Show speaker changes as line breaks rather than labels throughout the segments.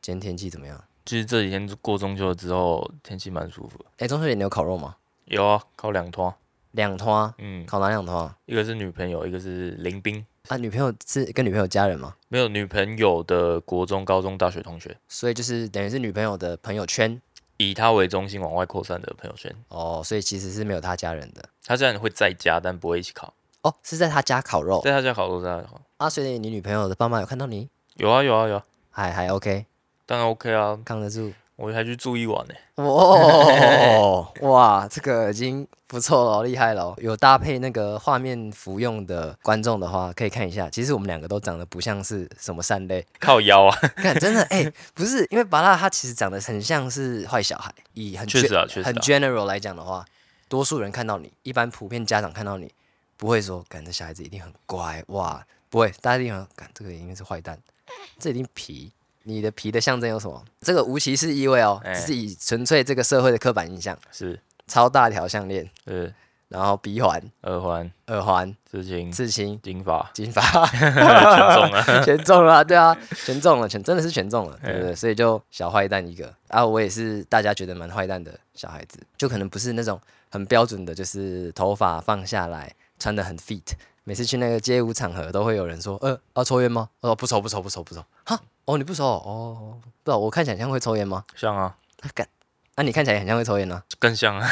今天天气怎么样？
其实这几天过中秋之后，天气蛮舒服的。
哎、中秋节你有烤肉吗？
有啊，烤两团，
两团，
嗯，
烤哪两团啊？
一个是女朋友，一个是林兵，
啊，女朋友是跟女朋友家人吗？
没有女朋友的国中、高中、大学同学，
所以就是等于是女朋友的朋友圈
以他为中心往外扩散的朋友圈。
哦，所以其实是没有他家人的
他虽然会在家，但不会一起烤，
哦，是在他家烤肉
在他家烤肉，在他家烤。
啊。所以你女朋友的爸妈有看到你，
有啊有啊有啊，
还还 OK，
当然 OK 啊，
扛得住。
我还去住一晚呢、
哦，哇，这个已经不错了，厉害了哦。有搭配那个画面服用的观众的话，可以看一下。其实我们两个都长得不像是什么善类，
靠腰啊，
看真的哎、不是因为巴拉他其实长得很像是坏小孩，以很
确实啊
gen-
确实啊
很 general 来讲的话，多数人看到你，一般普遍家长看到你，不会说，感这小孩子一定很乖哇，不会，大家一定很感这个一定是坏蛋，这一定皮。你的皮的象征有什么？这个无歧视意味哦，
哎
只是以纯粹这个社会的刻板印象，
是
超大条项链，
是
然后鼻环、
耳环、
耳环、
刺青、
刺青、，
金发
金发，
全中了。
全中了啊、对啊，全中了，全真的是全中了，对不对？所以就小坏蛋一个啊，我也是大家觉得蛮坏蛋的小孩子，就可能不是那种很标准的，就是头发放下来，穿的很 fit。每次去那个街舞场合，都会有人说：“呃，啊，抽烟吗？”哦，不抽，不抽，不抽，不抽。哈，哦，你不抽哦哦，不知道，我看起来很像会抽烟吗？
像啊，
啊，干，啊，你看起来很像会抽烟呢、
更像啊，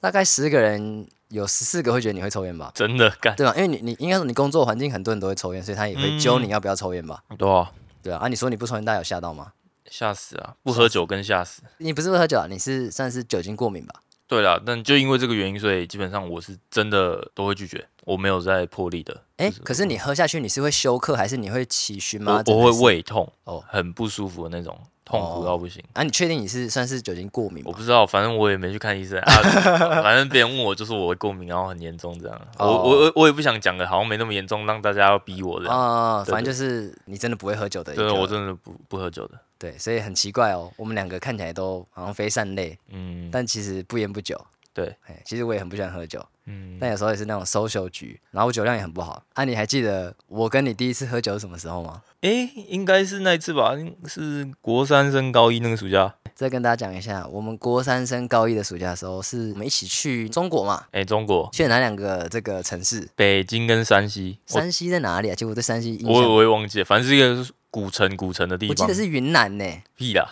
大概十个人有十四个会觉得你会抽烟吧？
真的干
对吧？因为你你应该说你工作环境很多人都会抽烟，所以他也会揪你要不要抽烟吧？
对啊，
对啊，啊，你说你不抽烟，大家有吓到吗？
吓死啊！不喝酒更吓死。
你不是不喝酒啊？你是算是酒精过敏吧？
对啦，但就因为这个原因，所以基本上我是真的都会拒绝，我没有在破例的。
哎、
就是
可是你喝下去，你是会休克还是你会起荨麻
我
疹？
我会胃痛，
哦
很不舒服的那种，痛苦到不行。
还是啊？你确定你是算是酒精过敏
我
吗？
不知道，反正我也没去看医生啊。 反正别人问我，就是我会过敏，然后很严重这样。我
哦
我我我也不想讲的，好像没那么严重，让大家要逼我这样。
啊、
对
反正就是你真的不会喝酒的一
对，
个，
我真的不不喝酒的。
对，所以很奇怪哦，我们两个看起来都好像非善类，
嗯，
但其实不烟不酒。
对，
哎，其实我也很不喜欢喝酒，
嗯，
但有时候也是那种 social 局，然后我酒量也很不好。啊，你还记得我跟你第一次喝酒是什么时候吗？
诶，应该是那一次吧，应是国三升高一那个暑假。
再跟大家讲一下，我们国三升高一的暑假的时候，是我们一起去中国嘛？
诶，中国
去哪两个这个城市？
北京跟山西，我
山西在哪里啊？其实我对山西印
我也
象，
我也忘记了，反正是一个古城古城的地
我记
方
得。是云南呢、
屁啦，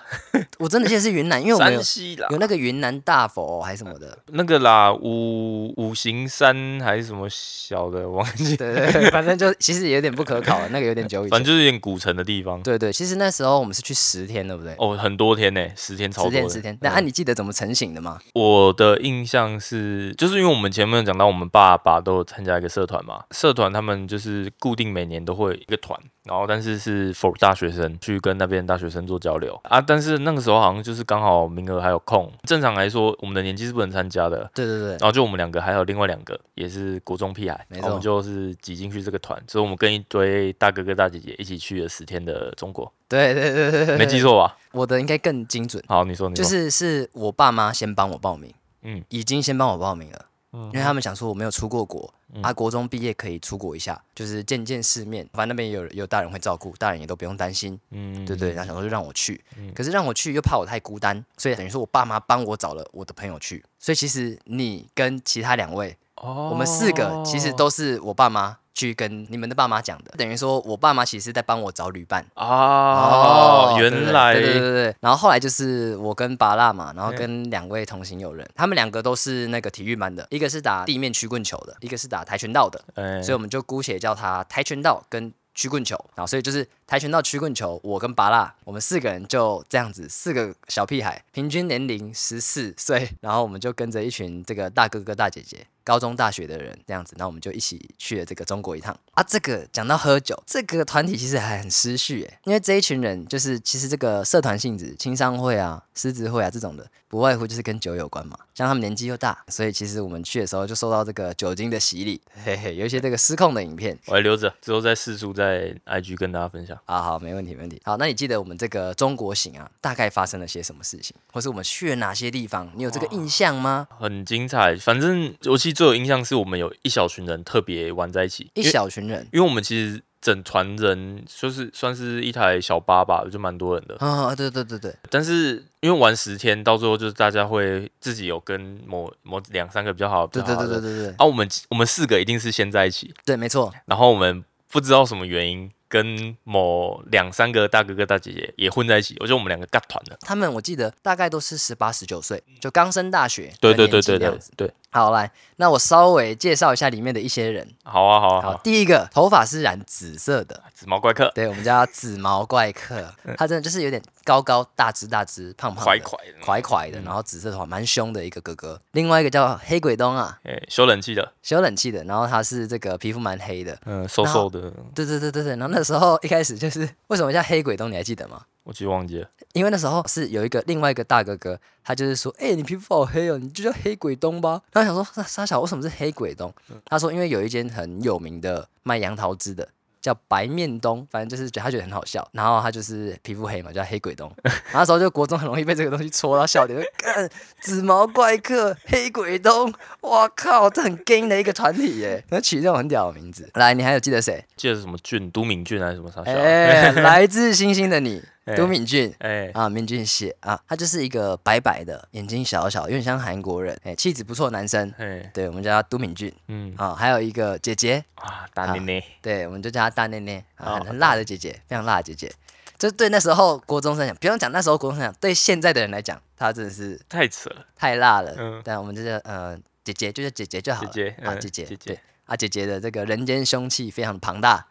我真的记得是云南，因为我们有
山西啊啦
有，那个云南大佛、啊还是什么 的，
那个啦，五五行山还是什么小的，我忘记。
对对对，反正就其实也有点不可考了，那个有点久以
反正
前。
就是有点古城的地方。
对对，其实那时候我们是去十天，对不对？
哦，很多天呢，十天超
十
多
天
的。哦
十天，那啊
嗯
按、你记得怎么成型的吗？
我的印象是，就是因为我们前面有讲到，我们爸爸都有参加一个社团嘛，社团他们就是固定每年都会有一个团，然后但是是 for 大学生去跟那边大学生做交流啊，但是那个时候好像就是刚好名额还有空，正常来说我们的年纪是不能参加的，
对对对，
然后就我们两个，还有另外两个也是国中屁孩，
没
然后我们
错
就是挤进去这个团，所以我们跟一堆大哥哥大姐姐一起去了十天的中国，
对对对对对，
没记错吧？
我的应该更精准，
好，你说你
就
说，
是是我爸妈先帮我报名，
嗯
已经先帮我报名了，
嗯
因为他们想说我没有出过国，啊，国中毕业可以出国一下，就是见见世面，反正那边也有也有大人会照顾，大人也都不用担心，
嗯
对对，然后想说就让我去，可是让我去又怕我太孤单，所以等于说我爸妈帮我找了我的朋友去，所以其实你跟其他两位，
哦
我们四个其实都是我爸妈去跟你们的爸妈讲的，等于说我爸妈其实是在帮我找旅伴。
啊，
哦对对
哦原
对
来嗯
对对对对。然后后来就是我跟巴拉嘛，然后跟两位同行友人，他们两个都是那个体育班的，一个是打地面曲棍球的，一个是打跆拳道的，
哎
所以我们就姑且叫他跆拳道跟曲棍球。然后所以就是跆拳道、曲棍球，我跟巴拉，我们四个人就这样子，四个小屁孩，平均年龄十四岁，然后我们就跟着一群这个大哥哥、大姐姐。高中、大学的人这样子，那我们就一起去了这个中国一趟啊。这个讲到喝酒，这个团体其实还很失序诶，因为这一群人就是其实这个社团性质，青商会啊、狮子会啊这种的，不外乎就是跟酒有关嘛。像他们年纪又大，所以其实我们去的时候就受到这个酒精的洗礼，嘿嘿，有一些这个失控的影片
我还留着，之后再试出在 IG 跟大家分享。
啊。好，没问题，没问题。好，那你记得我们这个中国行啊，大概发生了些什么事情，或是我们去了哪些地方，你有这个印象吗？
很精彩，反正我其实最有印象是我们有一小群人特别玩在一起，
一
因为
小群人，
因为我们其实整船人就是算是一台小巴吧，就蛮多人的。
啊，对对对对，
但是因为玩十天，到最后就是大家会自己有跟某某两三个比较好，比
对
较好
对
的
对对对对
啊，我们我们四个一定是先在一起，
对，没错，
然后我们不知道什么原因跟某两三个大哥哥大姐姐也混在一起，我觉得我们两个尬团了。
他们我记得大概都是十八十九岁，就刚升大学的
对
年纪
对
这样
对
子，
对对对，
好，来，那我稍微介绍一下里面的一些人。
好啊好啊好
好，
啊，
第一个头发是染紫色的，
紫毛怪客，
对我们叫他紫毛怪 客，他真的就是有点高高大只大只胖胖
快
的。
快嗯的，
快快的，然后紫色头发蛮凶的一个哥哥，另外一个叫黑鬼东啊，
哎，修冷气的，
修冷气的，然后他是这个皮肤蛮黑的，
嗯，瘦
然后
瘦的，
对对对对对，然后那时候一开始就是为什么叫黑鬼东，你还记得吗？
我其实忘记了，
因为那时候是有一个另外一个大哥哥，他就是说，哎、你皮肤好黑哦，你就叫黑鬼东吧。然后想说，那沙小为什么是黑鬼东？他说，因为有一间很有名的卖杨桃汁的。叫白面东，反正就是觉得他觉得很好笑，然后他就是皮肤黑嘛，叫黑鬼东。然后那时候就国中很容易被这个东西戳到笑点，就干紫毛怪客、黑鬼东，哇靠，这很 gay 的一个团体耶，那取这种很屌的名字。来，你还有记得谁？
记得是什么俊，都敏俊还是什么啥小？
哎、来自星星的你，都敏俊，
哎，
啊，明俊熙啊，他就是一个白白的，眼睛小小，有点像韩国人，哎、气质不错的男生。
哎，
对，我们叫他都敏俊
嗯
啊，还有一个姐姐，
啊，大内内，
对，我们就叫她大内内啊，
哦
很很辣的姐姐，非常辣的姐姐。这对那时候国中生讲，不用讲那时候国中生讲，对现在的人来讲，她真的是
太 扯了，
太辣了。
嗯
但我们就叫呃姐姐，就叫姐姐就好
姐
了。
姐，
啊，
嗯
姐姐，
姐
对
姐，
啊，姐姐的这个人间凶器非常庞大，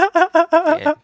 哎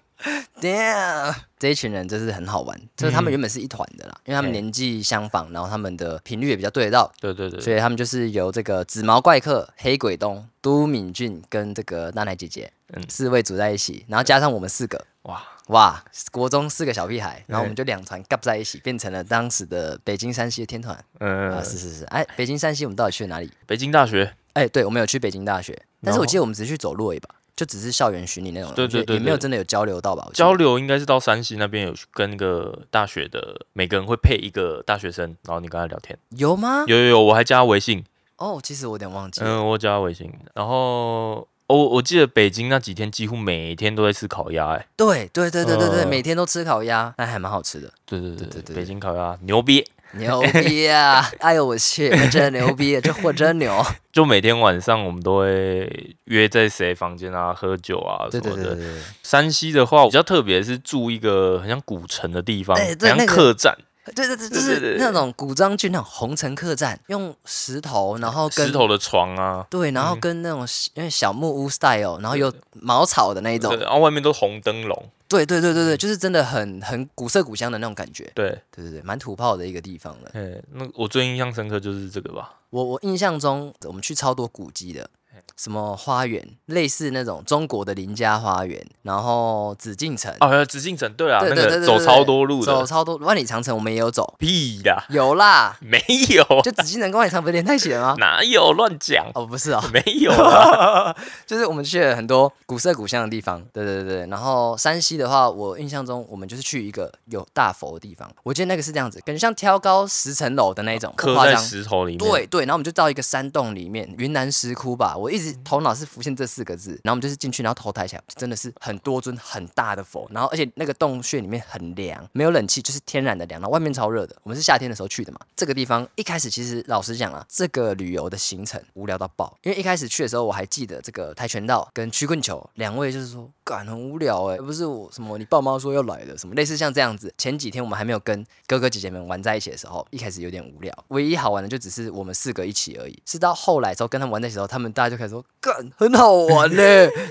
Damn，这一群人真是很好玩，就是他们
嗯
原本是一团的啦，因为他们
嘿
年纪相仿，然后他们的频率也比较对得到，
对对对，
所以他们就是由这个紫毛怪客、黑鬼东、都敏俊跟这个娜奈姐姐，
嗯
四位组在一起，然后加上我们四个，
哇，
哇，国中四个小屁孩，然后我们就两团 gap 在一起，变成了当时的北京山西的天团啊，
嗯，
是是是，哎，北京山西我们到底去了哪里？
北京大学，
哎，对，我们有去北京大学，但是
然后
我记得我们只是去走路而已吧，就只是校园巡礼那种，
对对
也
对
也没有
对
真的有交流到吧？我记得
交流应该是到山西那边有去跟那个大学的，每个人会配一个大学生，然后你跟他聊天。
有吗？
有有有，我还加他微信，
哦，其实我有点忘记了。
嗯，我加他微信。然后哦，我记得北京那几天几乎每天都在吃烤鸭、哎，
对对对对对对，
呃
每天都吃烤鸭，那还蛮好吃的。
对对对
对对对
北京烤鸭牛逼！
牛逼啊！哎呦我去，那真牛逼，这货真牛。
就每天晚上我们都会约在谁房间啊，喝酒啊什
对
么的。
对对对对，
山西的话比较特别，是住一个很像古城的地方，
哎
很
对
像
那个哦
客栈，
对对对，就
对
是
对对
那种古装剧那种红尘客栈，用石头，然后跟
石头的床啊，
对，然后跟那种因为小木屋 style，然后有茅草的那一种
对，。然后外面都红灯笼，
对对对对
嗯
对，就是真的很很古色古香的那种感觉。
对。
对对对，蛮土炮的一个地方了。
哎，那我最印象深刻就是这个吧，
我我印象中，我们去超多古迹的，什么花园，类似那种中国的林家花园，然后紫禁城，
哦，还有紫禁城，对啊，
呃对
那
对对对，
个走
对
超多路
走
的，
超多万里长城，我们也有走，
屁啦，，
有啦
没有，
就紫禁城跟万里长城不是连在一起的吗？
哪有乱讲，
哦，不是哦，
没有 啊，
就是我们去了很多古色古香的地方，对对对。对然后山西的话，我印象中我们就是去一个有大佛的地方，我记得那个是这样子，感觉像挑高十层楼的那一种，不
刻
夸
在
张。
石头里面，
对对，然后我们就到一个山洞里面，云南石窟吧，我一直头脑是浮现这四个字，然后我们就是进去，然后头抬起来，真的是很多尊很大的佛，然后而且那个洞穴里面很凉，没有冷气，就是天然的凉，然后外面超热的。我们是夏天的时候去的嘛，这个地方一开始其实老实讲啊，这个旅游的行程无聊到爆，因为一开始去的时候我还记得这个跆拳道跟曲棍球两位就是说，感很无聊哎、不是我什么你爸妈说要来的什么类似像这样子。前几天我们还没有跟哥哥姐姐们玩在一起的时候，一开始有点无聊，唯一好玩的就只是我们四个一起而已。是到后来之后跟他们玩在一起的时候，他们大家就开始说，干很好玩呢、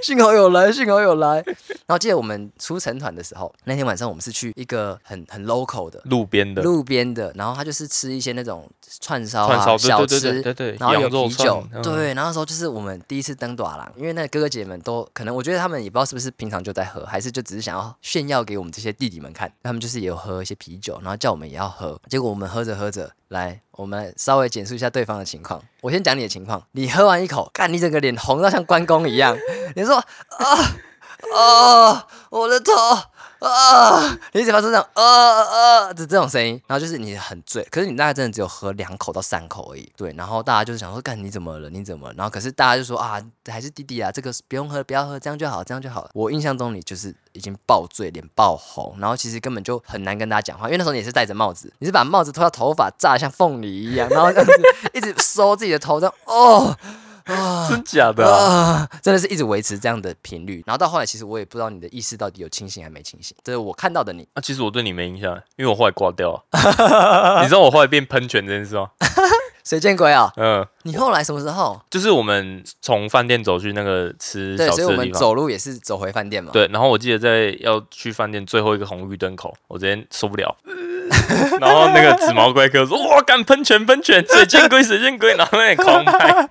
幸好有来，幸好有来。然后记得我们出成团的时候，那天晚上我们是去一个很很 local 的。
路边的
路边的，然后他就是吃一些那种串烧
串
啊、
烧，
小
对对
吃，
对对对对，
然后有
羊肉
啤酒
串，，嗯，
对，然后那时候就是我们第一次登短廊，因为那哥哥姐姐们都可能，我觉得他们也不知道是不是平常就在喝，还是就只是想要炫耀给我们这些弟弟们看，他们就是也有喝一些啤酒，然后叫我们也要喝，结果我们喝着喝着，来，我们来稍微简述一下对方的情况，我先讲你的情况，你喝完一口，看你整个脸哦红到像关公一样，你说啊啊，我的头。啊，你嘴巴是那种呃呃的这种声音，然后就是你很醉，可是你大概真的只有喝两口到三口而已。对，然后大家就是想说，干你怎么了？你怎么了？然后可是大家就说啊，还是弟弟啊，这个不用喝，不要喝，这样就好，这样就好了。我印象中你就是已经爆醉，脸爆红，然后其实根本就很难跟大家讲话，因为那时候你也是戴着帽子，你是把帽子脱到头发炸得像凤梨一样，然后这样子一直收自己的头，这样哦。
真假的啊、
啊、真的是一直维持这样的频率，然后到后来，其实我也不知道你的意识到底有清醒还没清醒，这是我看到的你。
啊其实我对你没影响，因为我后来挂掉了。 你知道我后来变喷泉这件事吗？
谁见鬼啊！
嗯，
你后来什么时候？
就是我们从饭店走去那个吃
对，
小
所以
吃
我
的
们
地方。
走路也是走回饭店嘛。，
对，然后我记得在要去饭店最后一个红绿灯口，我直接受不了， 然后那个紫毛龟哥说：“哇，敢喷泉喷泉，水箭龟水箭龟！”然后那里狂拍，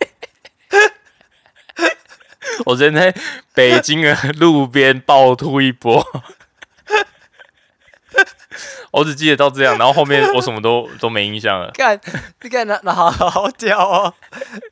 我直接在北京的路边暴吐一波， 我只记得到这样，然后后面我什么都都没印象了。
看，你看那那好好屌 哦！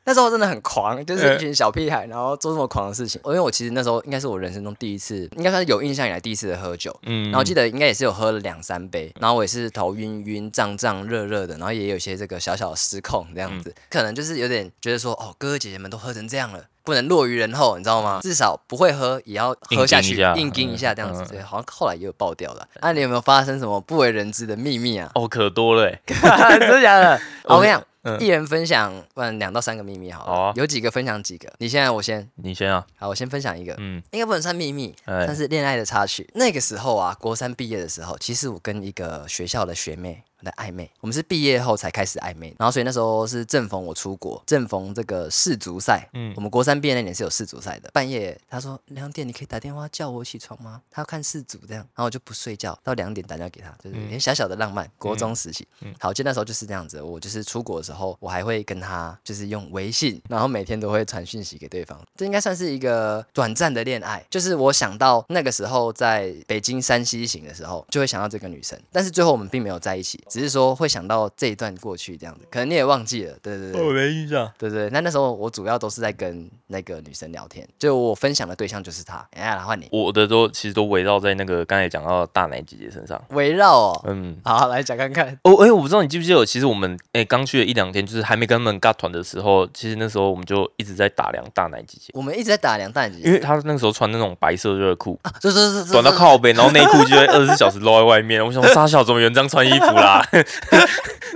那时候真的很狂，就是一群小屁孩，然后做这么狂的事情。因为我其实那时候应该是我人生中第一次，应该算是有印象以来第一次的喝酒。
嗯，
然后记得应该也是有喝了两三杯，然后我也是头晕晕、胀胀、热热的，然后也有一些这个小小的失控这样子，
嗯
可能就是有点觉得说，哦，哥哥姐姐们都喝成这样了，不能落于人后，你知道吗？至少不会喝也要喝下去
硬盯一，下
硬盯一下这样子
嗯嗯。？
对，好像后来也有爆掉了。那、你有没有发生什么不为人知的秘密啊
哦，可多了欸，
真的假的？好我跟你讲。
嗯
一人分享，不然两到三个秘密好了。
好啊
有几个分享几个。你现在我先，
你先啊，
好，我先分享一个。
嗯，
应该不能算秘密，
哎
但是恋爱的插曲。那个时候啊，国三毕业的时候，其实我跟一个学校的学妹在暧昧，我们是毕业后才开始暧昧，然后所以那时候是正逢我出国，正逢这个世足赛，
嗯
我们国三毕业那年是有世足赛的。半夜她说两点你可以打电话叫我起床吗？她要看世足这样，然后我就不睡觉，到两点打电话给她，就是有点小小的浪漫，国中时期。好，就那时候就是这样子，我就是出国的时候，我还会跟他就是用微信，然后每天都会传讯息给对方。这应该算是一个短暂的恋爱，就是我想到那个时候在北京山西行的时候，就会想到这个女生，但是最后我们并没有在一起，只是说会想到这一段过去这样子，可能你也忘记了，对对对。
没印象。
对对，对那那时候我主要都是在跟那个女生聊天，就我分享的对象就是她。哎呀，换你
我的都其实都围绕在那个刚才讲到的大奶姐姐身上。
围绕哦，
嗯，
好来讲看看。
哦，哎、我不知道你记不记得，其实我们哎刚、去了一两天，就是还没跟他们尬团的时候，其实那时候我们就一直在打量大奶姐姐，
我们一直在打两弹
因
机，
为她那个时候穿那种白色热裤，
啊对对对对
短到靠背，然后内裤就会二十四小时露在外面。我想说，傻小怎么有人这样穿衣服 啦？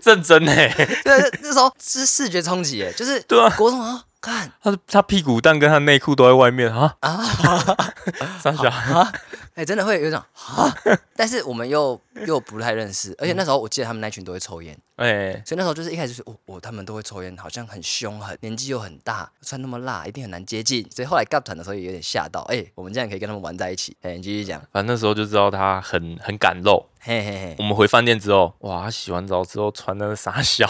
认真哎、
对，那时候是视觉冲击耶，就是
对啊，
国中啊，看
她是她屁股蛋跟她内裤都在外面啊，
啊，
傻小
啊，哎、真的会有一种啊，但是我们又又不太认识，而且那时候我记得他们那群都会抽烟，
哎、
所以那时候就是一开始就是我我、哦他们都会抽烟，好像很凶狠，年纪又很大，穿那么辣，一定很难接近，所以后来 gap 团的时候也有点吓到，哎、我们竟然可以跟他们玩在一起，哎、你继续讲，
反正那时候就知道她很很敢露。
嘿嘿
我
嘿，
们回饭店之后，哇，她洗完澡之后穿那个傻笑，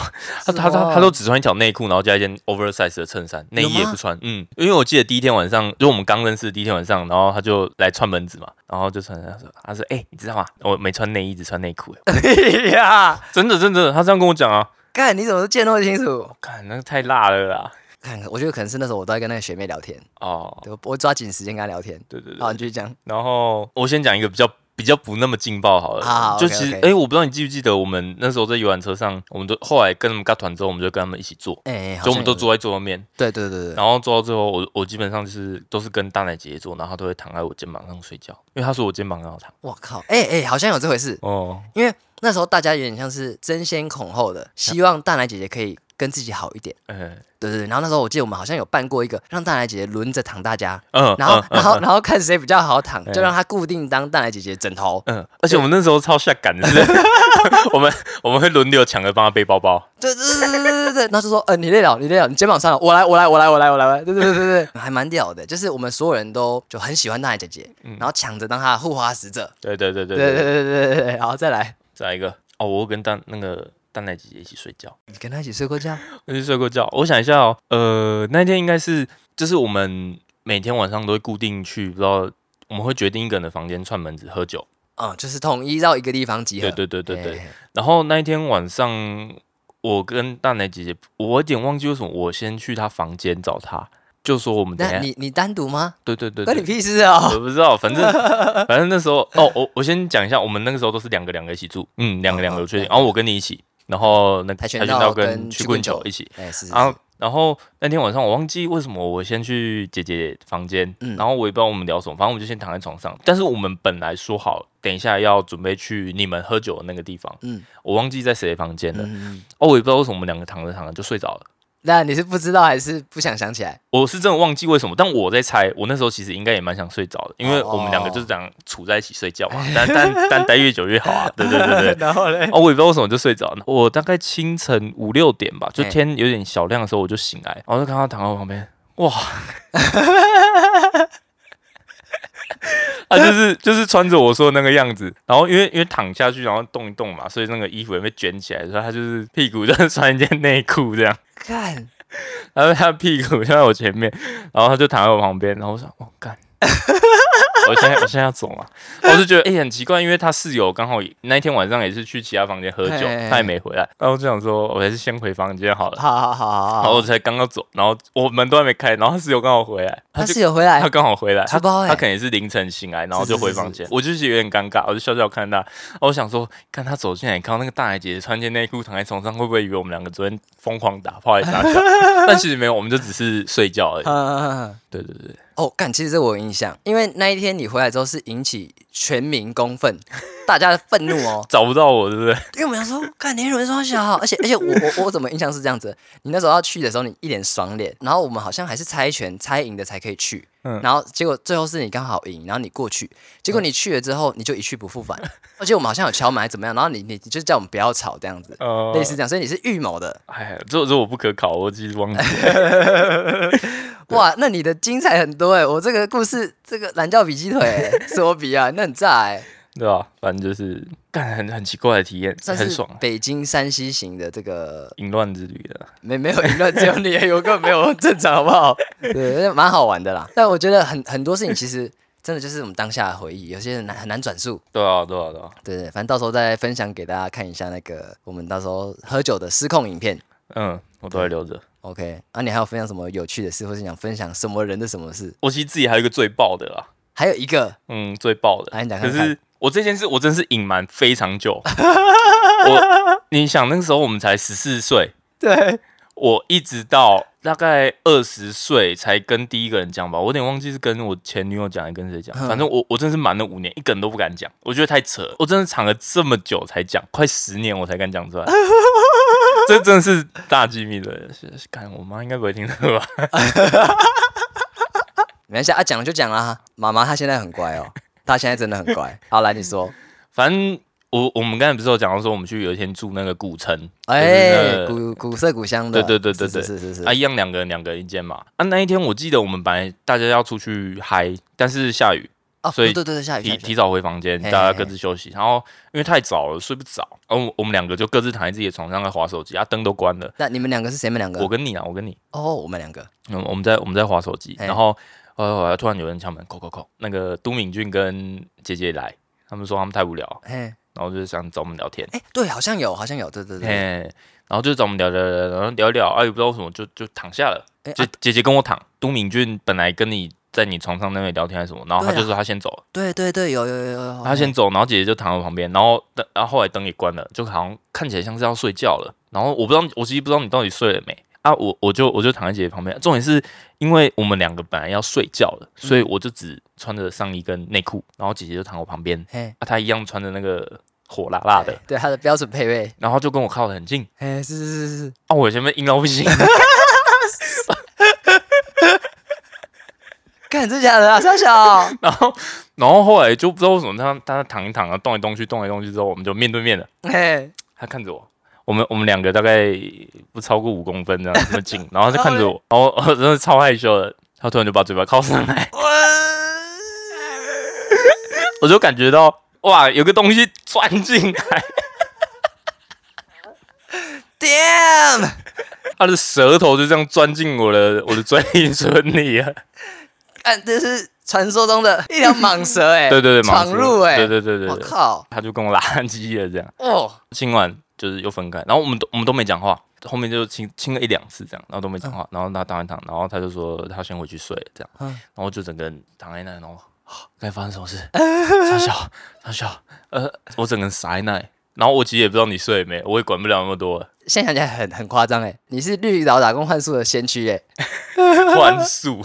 她她
是吗啊
她她都只穿一条内裤，然后加一件 oversize 的衬衫，内衣也不
啊
穿。嗯，因为我记得第一天晚上，就我们刚认识的第一天晚上，然后她就来串门子嘛，然后就穿，她说，她说，哎、你知道吗？我没穿内衣，只穿内 裤。 哎
哎呀，
真的真的，她这样跟我讲啊，
看你怎么见那么清楚？
看那个太辣了啦。
看，我觉得可能是那时候我都在跟那个学妹聊天，
哦，
对我我抓紧时间跟她聊天。
对对哦对。
好，你继续讲。
然后我先讲一个比较。比较不那么劲爆好了，
好
就
啊 OK，
其实哎
OK
我不知道你记不记得，我们那时候在游览车上，我们都后来跟他们尬团之后，我们就跟他们一起坐，
哎、好
就我
像有
们都哦坐在桌上面，
对对对对，
然后做到最后，我我基本上就是都是跟大奶姐姐做，然后她都会躺在我肩膀上睡觉，因为她说我肩膀很好躺。
我靠，哎、哎、好像有这回事，
哦，
因为那时候大家有点像是争先恐后的，希望大奶姐姐可以跟自己好一点，
嗯
对对对。然后那时候我记得我们好像有办过一个让大奶姐姐轮着躺大家，
嗯，
然后
嗯
然后然后看谁比较好躺，
嗯
就让她固定当大奶姐姐枕头。
嗯，而且我们那时候超下 感的是，我们我们会轮流抢着帮她背包包。
对对对对对对对，然后就说，呃，你累了，你累了，你肩膀上了，我来，我来，我来，我来，我来，我来对对对对对，还蛮屌的，就是我们所有人都就很喜欢大奶姐姐，然后抢着当她的护花使者，
对对对对
对对
对，
对对对对，好，再来，
再来一个哦，我跟大那个大奶姐姐一起睡觉，
你跟她一起睡过觉？
一起睡过觉。我想一下哦，呃，那天应该是就是我们每天晚上都会固定去，不知道我们会决定一个人的房间串门子喝酒。
嗯，就是统一到一个地方集合，
对对对对对
哎，。
然后那一天晚上，我跟大奶姐姐，我有点忘记为什么我先去她房间找她，就说我们等一
那
下，
你你单独吗？
对对对
关你
对，
屁事 哦！
我不知道，反正反正那时候哦，我我先讲一下，我们那个时候都是两个两个一起住，嗯，两个两
嗯
个有确定，
嗯
然后我跟你一起，然后那
跆
跆
拳
拳
道
道
跟
跟
曲
曲
棍
棍球
球
一起，
哎、是是
然
是
后，然后那天晚上我忘记为什么我先去姐姐房间，
嗯
然后我也不知道我们聊什么，反正我就先躺在床上。但是我们本来说好，等一下要准备去你们喝酒的那个地方，
嗯
我忘记在谁的房间了。
嗯，
哦，我也不知道为什么我们两个躺着躺着就睡着了。
那你是不知道还是不想想起来？
我是真的忘记为什么，但我在猜，我那时候其实应该也蛮想睡着的，因为
哦
我们两个就是这样处在一起睡觉嘛，但但但待越久越好啊，对对对对。
然后嘞，
哦，我也不知道为什么就睡着了。我大概清晨五六点吧，就
哎
天有点小亮的时候，我就醒来，然后就看到他躺在我旁边，哇，他就是就是穿着我说的那个样子，然后因为因为躺下去，然后动一动嘛，所以那个衣服也被卷起来，所以他就是屁股就是穿一件内裤这样，
看，
然后他屁股就在我前面，然后他就躺在我旁边，然后我说，哦、 干。我现在我现在要走嘛，我 就觉得哎、欸很奇怪，因为他室友刚好也那一天晚上也是去其他房间喝酒
嘿嘿嘿，
他也没回来，然后我就想说我还是先回房间好了，
好好好好
然后
好
我，才刚刚走，然后我门都还没开，然后他室友刚好回来，
他
就
室友回来
他，刚好回来，他
出包欸
他可能也是凌晨醒来，然后就回房
是是
间
是，
我就是有点尴尬，我就笑笑看他，然后我想说，看他走进来，看到那个大奶姐姐穿件内裤躺在床上，会不会以为我们两个昨天疯狂打炮还是啥 小？但其实没有，我们就只是睡觉而已
嗯。嗯嗯嗯。
对对对，
哦，干，其实这我有印象，因为那一天你回来之后是引起全民公愤，大家的愤怒哦，
找不到我，对不对？
因为我们想说，干，你人双小， 而且而且我我我怎么印象是这样子？你那时候要去的时候，你一脸爽脸，然后我们好像还是猜拳猜赢的才可以去，
嗯
然后结果最后是你刚好赢，然后你过去，结果你去了之后你就一去不复返，而且我们好像有敲门还是怎么样，然后你你你就叫我们不要吵这样子，
呃
类似这样，所以你是预谋的，
哎，这这我不可考，我其实忘记了。
哇，那你的精彩很多哎、我这个故事这个懒觉比鸡腿、欸， 是我比啊，那很炸哎、
对吧、反正就是干很很奇怪的体验，
算
很
是
爽，啊
北京山西型的这个
淫乱之旅的。
没没有淫乱，只有你而已，我根本没有正常，好不 好？对，蛮好玩的啦。但我觉得很很多事情其实真的就是我们当下的回忆，有些人难很难转述。
对啊，对啊，对啊。
对对，反正到时候再分享给大家看一下那个我们到时候喝酒的失控影片。
嗯，我都还留着。
OK，啊，你还有分享什么有趣的事，或是想分享什么人的什么事？
我其实自己还有一个最爆的啦，
还有一个，
嗯，最爆的。
来你讲
可
看看
是我这件事，我真是隐瞒非 常久。我，你想那个时候我们才十四岁，
对，
我一直到大概二十岁才跟第一个人讲吧，我有点忘记是跟我前女友讲还是跟谁讲，
嗯
反正我我真是瞒了五年，一个人都不敢讲，我觉得太扯了，我真的藏了这么久才讲，快十年我才敢讲 出来。这真的是大机密的，是是看我妈应该不会听到吧？
没关系啊，讲了就讲啦。妈妈她现在很乖哦，她现在真的很乖。好，来你说，
反正我我们刚才不是有讲到说我们去有一天住那个古城，就是
哎，
那
古古色古香的，
对对对对
是
对
是是是
啊，
是，
一样两个人两个人一间嘛。啊，那一天我记得我们本来大家要出去嗨，但是下雨，
哦，
所以
对对对，下雨，下
提
雨下雨
提早回房间，
嘿嘿
大
嘿
家各自休息。然后因为太早了，睡不着，然后我我们两个就各自躺在自己的床上在划手机，啊，灯都关了。
那你们两个是谁们两个？
我跟你啊，我跟你，
哦，我们两个，
嗯，我们在我们在划手机，
嘿
然后呃，突然有人敲门，扣扣扣，那个都敏俊跟姐姐来，他们说他们太无聊，
嘿，
然后就是想找我们聊天，
哎，对，好像有，好像有，对对对，
嘿，然后就找我们聊聊聊，然后聊一聊，啊，也不知道为什么就就躺下了。
哎
姐
啊
姐姐跟我躺，都敏俊本来跟你在你床上那边聊天还是什么，然后他
对啊哦
就说他先走了，
对对对，有有有有有，
他先走，然后姐姐就躺在我旁边，然后灯，然后后来灯也关了，就好像看起来像是要睡觉了。然后我不知道，我其实不知道你到底睡了没啊？我我就我就躺在姐姐旁边，重点是因为我们两个本来要睡觉了，
嗯
所以我就只穿着上衣跟内裤，然后姐姐就躺我旁边，
嘿，
啊，她一样穿着那个火辣辣的，
对他的标准配备，
然后就跟我靠得很近，
嘿，是是是是，
啊，我前面硬到不行，
看真假的啊，小小，
然后然后后来就不知道为什么她她躺一躺啊，动来动去，动来动去之后，我们就面对面了。
嘿，
他看着我，我们我们两个大概不超过五公分这样这 么近，然后他就看着我，然后我真的超害羞的，他突然就把嘴巴靠上来，
我，
我就感觉到哇，有个东西钻进来，
damn，
他的舌头就这样钻进我的我的嘴唇里了，
看哎这是传说中的一条蟒 蛇，哎，
对对对，
闯入，哎，
对对对对
我
对，
靠，
他就跟我拉鸡了这样。
哦，
今晚就是又分开，然后我们都我们都没讲话，后面就亲亲了一两次这样，然后都没讲话，然后他躺一躺，然后他就说他先回去睡了这样，
嗯
然后就整个人躺在那，然后啊该发生什么事？傻笑傻笑，呃，我整个人傻在那，然后我其实也不知道你睡了没，我也管不了那么多了，
现在想起来很很夸张哎，你是绿岛打工换宿的先驱哎，
宽恕，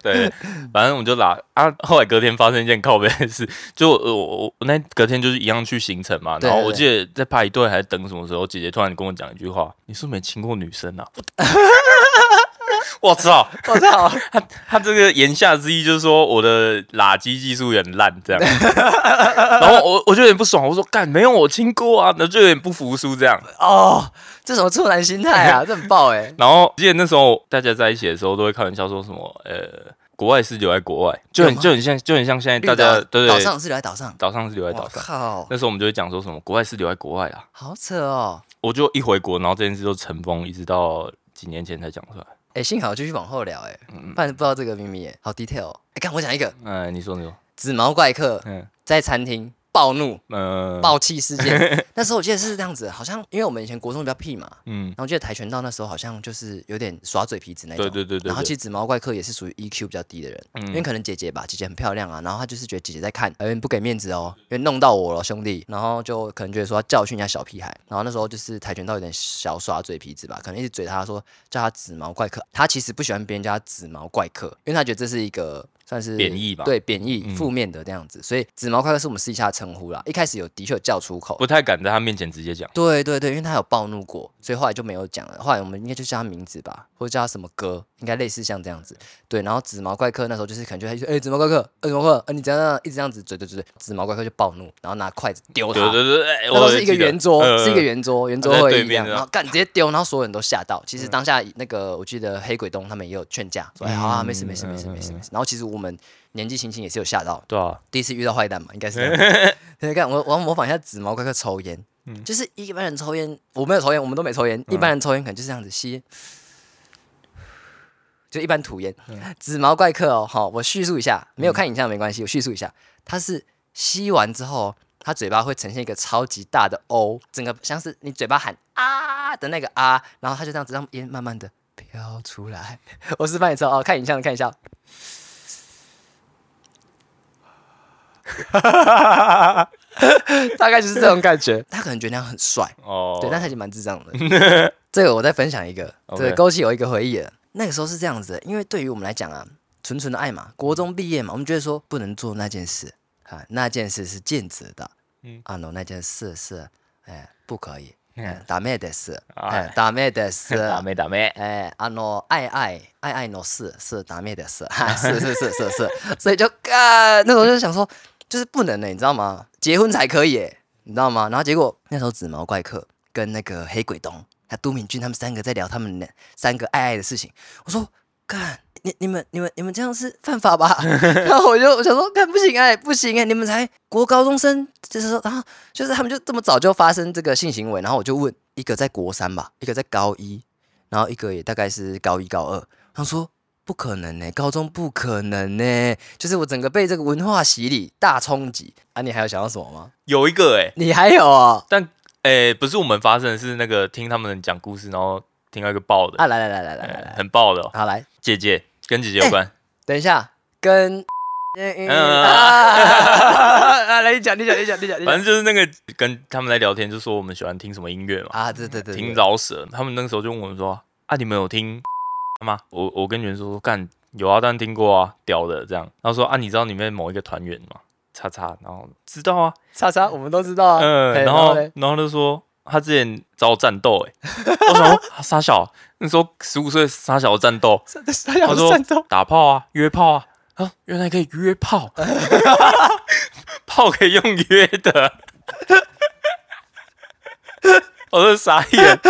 对，反正我就拿啊。后来隔天发生一件靠背的事，就我我我那隔天就是一样去行程嘛，
对
然后我
对
记得在排队还是等什么时候，姐姐突然跟我讲一句话：“你是不是没亲过女生啊？” 我操！
我 操，
他这个言下之意就是说我的拉机技术也很烂 这样，然后我我就有点不爽，我说干没有我亲过啊，那就有点不服输这样。
哦，这什么处男心态啊，这很爆哎，
然后记得那时候大家在一起的时候，都会开玩笑说什么呃，国外是留在国外，就很
有吗
就很像就很像现在
绿
大家
岛
对
岛
对
上是留在岛上，
岛上是留在
我
岛上。
靠，
那时候我们就会讲说什么国外是留在国外啦，
好扯哦，
我就一回国，然后这件事就尘封，一直到几年前才讲出来。
哎，幸好继续往后聊哎，
嗯
不然不知道这个秘密哎，好 detail 哦，哎，看我讲一个
哎，你说你说，
紫毛怪客
嗯
在餐厅暴怒
呃，
暴气事件， 那时候我记得是这样子，好像因为我们以前国中比较屁嘛，
嗯
然，后我记得跆拳道那时候好像就是有点耍嘴皮子那种，
对对对对嗯
然后其
对，
实紫毛怪客也是属于 EQ 比较低的人，因为可能姐姐吧，姐姐很漂亮啊，然后她就是觉得姐姐在看，哎、不给面子哦，因为弄到我了兄弟，然后就可能觉得说要教训一下小屁孩，然后那时候就是跆拳道有点小耍嘴皮子吧，可能一直嘴他说叫他紫毛怪客，他其实不喜欢别人叫他紫毛怪客，因为他觉得这是一个。算是
贬义吧
对贬义
嗯
负面的这样子，所以紫毛怪客是我们私底下的称呼啦。一开始有的确有叫出口，
不太敢在他面前直接讲。
对对对，因为他有暴怒过，所以后来就没有讲了。后来我们应该就叫他名字吧，或者叫他什么哥，应该类似像这样子。对，然后紫毛怪客那时候就是可能就他说，哎、紫毛怪客，哎、紫毛怪客，哎、你怎样怎样一直这样子嘴对对对，紫毛怪客就暴怒，然后拿筷子丢
对
他。
对对，哎
那时候
我
是一个
记得
圆桌，
呃
是一个圆桌，圆桌
在
会
对
议这样，
面的嗯
然后干直接丢，然后所有人都吓到。其实当下那个，我记得黑鬼东他们也有劝架，说哎好啊，没事没事没事没事
嗯
没事。然后其实我们年纪轻轻也是有吓到，
对啊，
第一次遇到坏蛋嘛，应该是这样子。 对，看我我要模仿一下紫毛怪客抽烟，就是一般人抽烟，我没有抽烟，我们都没抽烟。一般人抽烟可能就是这样子吸，就一般吐烟。嗯紫毛怪客哦，好，我叙述一下，没有看影像没关系，我叙述一下，他是吸完之后，他嘴巴会呈现一个超级大的 O，整个像是你嘴巴喊啊的那个啊，然后他就这样子让烟慢慢的飘出来。我示范一次哦，看影像的看 一下哦。大概就是 这种感觉，他可能觉得那样很帅，
哦，
对，但他已经蛮智障的。 这个我再分享一个，对，
OK
勾起我一个回忆了。那个时候是这样子的，因为对于我们来讲啊，纯纯的爱嘛，国中毕业嘛，我们觉得说不能做那件事啊，那件事是禁止的，嗯
嗯，
啊，no，那件事是，哎，不可以，哎
嗯，
ダメです，
哎
哎，ダメです，
打妹打妹，
哎，啊喏，爱爱爱爱喏是是达咩的是，哈是是是是是，所以就干、那时候就想说，就是不能的、你知道吗？结婚才可以、欸，你知道吗？然后结果那时候紫毛怪客跟那个黑鬼东还有都敏俊他们三个在聊他们那三个爱爱的事情，我说干。你你们你们你们这样是犯法吧？ 然后我就我想说，干不行哎、不行哎、你们才国高中生，就是说，然后啊就是他们就这么早就发生这个性行为，然后我就问一个在国三吧，一个在高一，然后一个也大概是高一高二。他说不可能呢、高中不可能呢、就是我整个被这个文化洗礼大冲击啊！你还有想到什么吗？
有一个哎，
你还有哦、
但诶、不是我们发生的，是那个听他们讲故事，然后听到一个爆的，
啊！来来来来来来
诶
来，
很爆的哦、
好来，
姐姐跟姐姐有关，
等一下跟
嗯
啊，来你讲你讲你讲你讲你
反
讲
正就是那个跟他们在聊天，就说我们喜欢听什么音乐嘛，
啊！对对对，
听
对
饶舌。他们那个时候就问我们说啊，你们有听吗？我我跟袁叔说干有啊，当然听过啊，屌的这样。然后说啊，你知道里面某一个团员吗？叉叉，然后知道啊，
叉叉我们都知道啊，
嗯、
嘿
然后
嘞
然后就说他之前找我战斗、欸， 我想说啊傻小，那时候十五岁傻小战斗，
他想
他说
战斗，
打炮啊，约炮啊，啊，原来可以约炮， 炮可以用约的， 我就傻眼。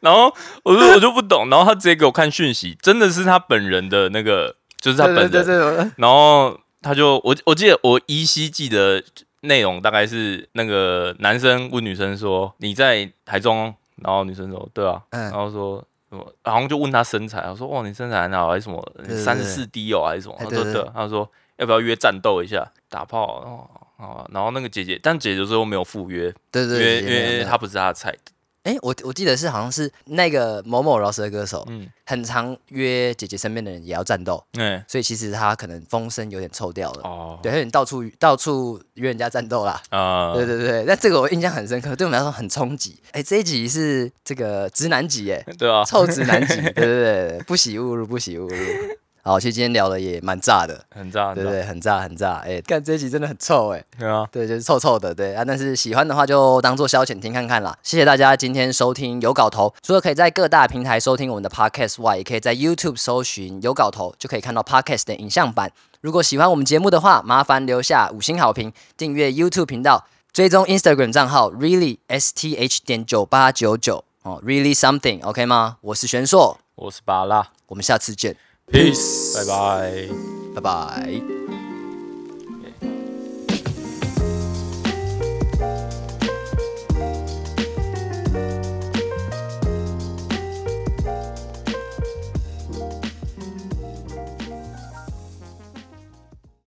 然后我说我就不懂，然后他直接给我看讯息，真的是他本人的那个，就是他
对
本人。
对对对对，
然后他就我我记得我依稀记得内容大概是那个男生问女生说你在台中，然后女生说对啊，
嗯
然后说什么好像就问她身材，我说哇你身材很好还是什么
对对
三十四 D 哦还是什么，
哎
他
对
说
对
对，他说要不要约战斗一下打炮哦。哦，然后那个姐姐，但姐姐最后没有赴约，
对
因
对对，
为
姐
因
姐没有没
为
有
她不是她的菜。
哎，我我记得是好像是那个某某饶舌歌手，
嗯，
很常约姐姐身边的人也要战斗，
哎、
所以其实他可能风声有点臭掉了，
哦，
对，他有点到处到处约人家战斗啦。
啊、
对对对，那这个我印象很深刻，对我们来说很冲击。哎，这一集是这个直男集， 哎，
对啊，
臭直男集，对对 对对，不喜勿入，不喜勿入。好，其实今天聊的也蛮炸的，
很炸，很
对
炸，
对，很炸很炸。哎，干这一集真的很臭哎，
对啊，
对，就是臭臭的，对啊。但是喜欢的话就当做消遣听看看啦。谢谢大家今天收听有搞头，除了可以在各大平台收听我们的 podcast 外，也可以在 YouTube 搜寻有搞头，就可以看到 podcast 的影像版。如果喜欢我们节目的话，麻烦留下五星好评，订阅 YouTube 频道，追踪 Instagram 账号 really s t h 点九八九九哦，really something OK 吗？我是玄硕，
我是巴拉
我们下次见，
，peace，拜拜。
拜拜。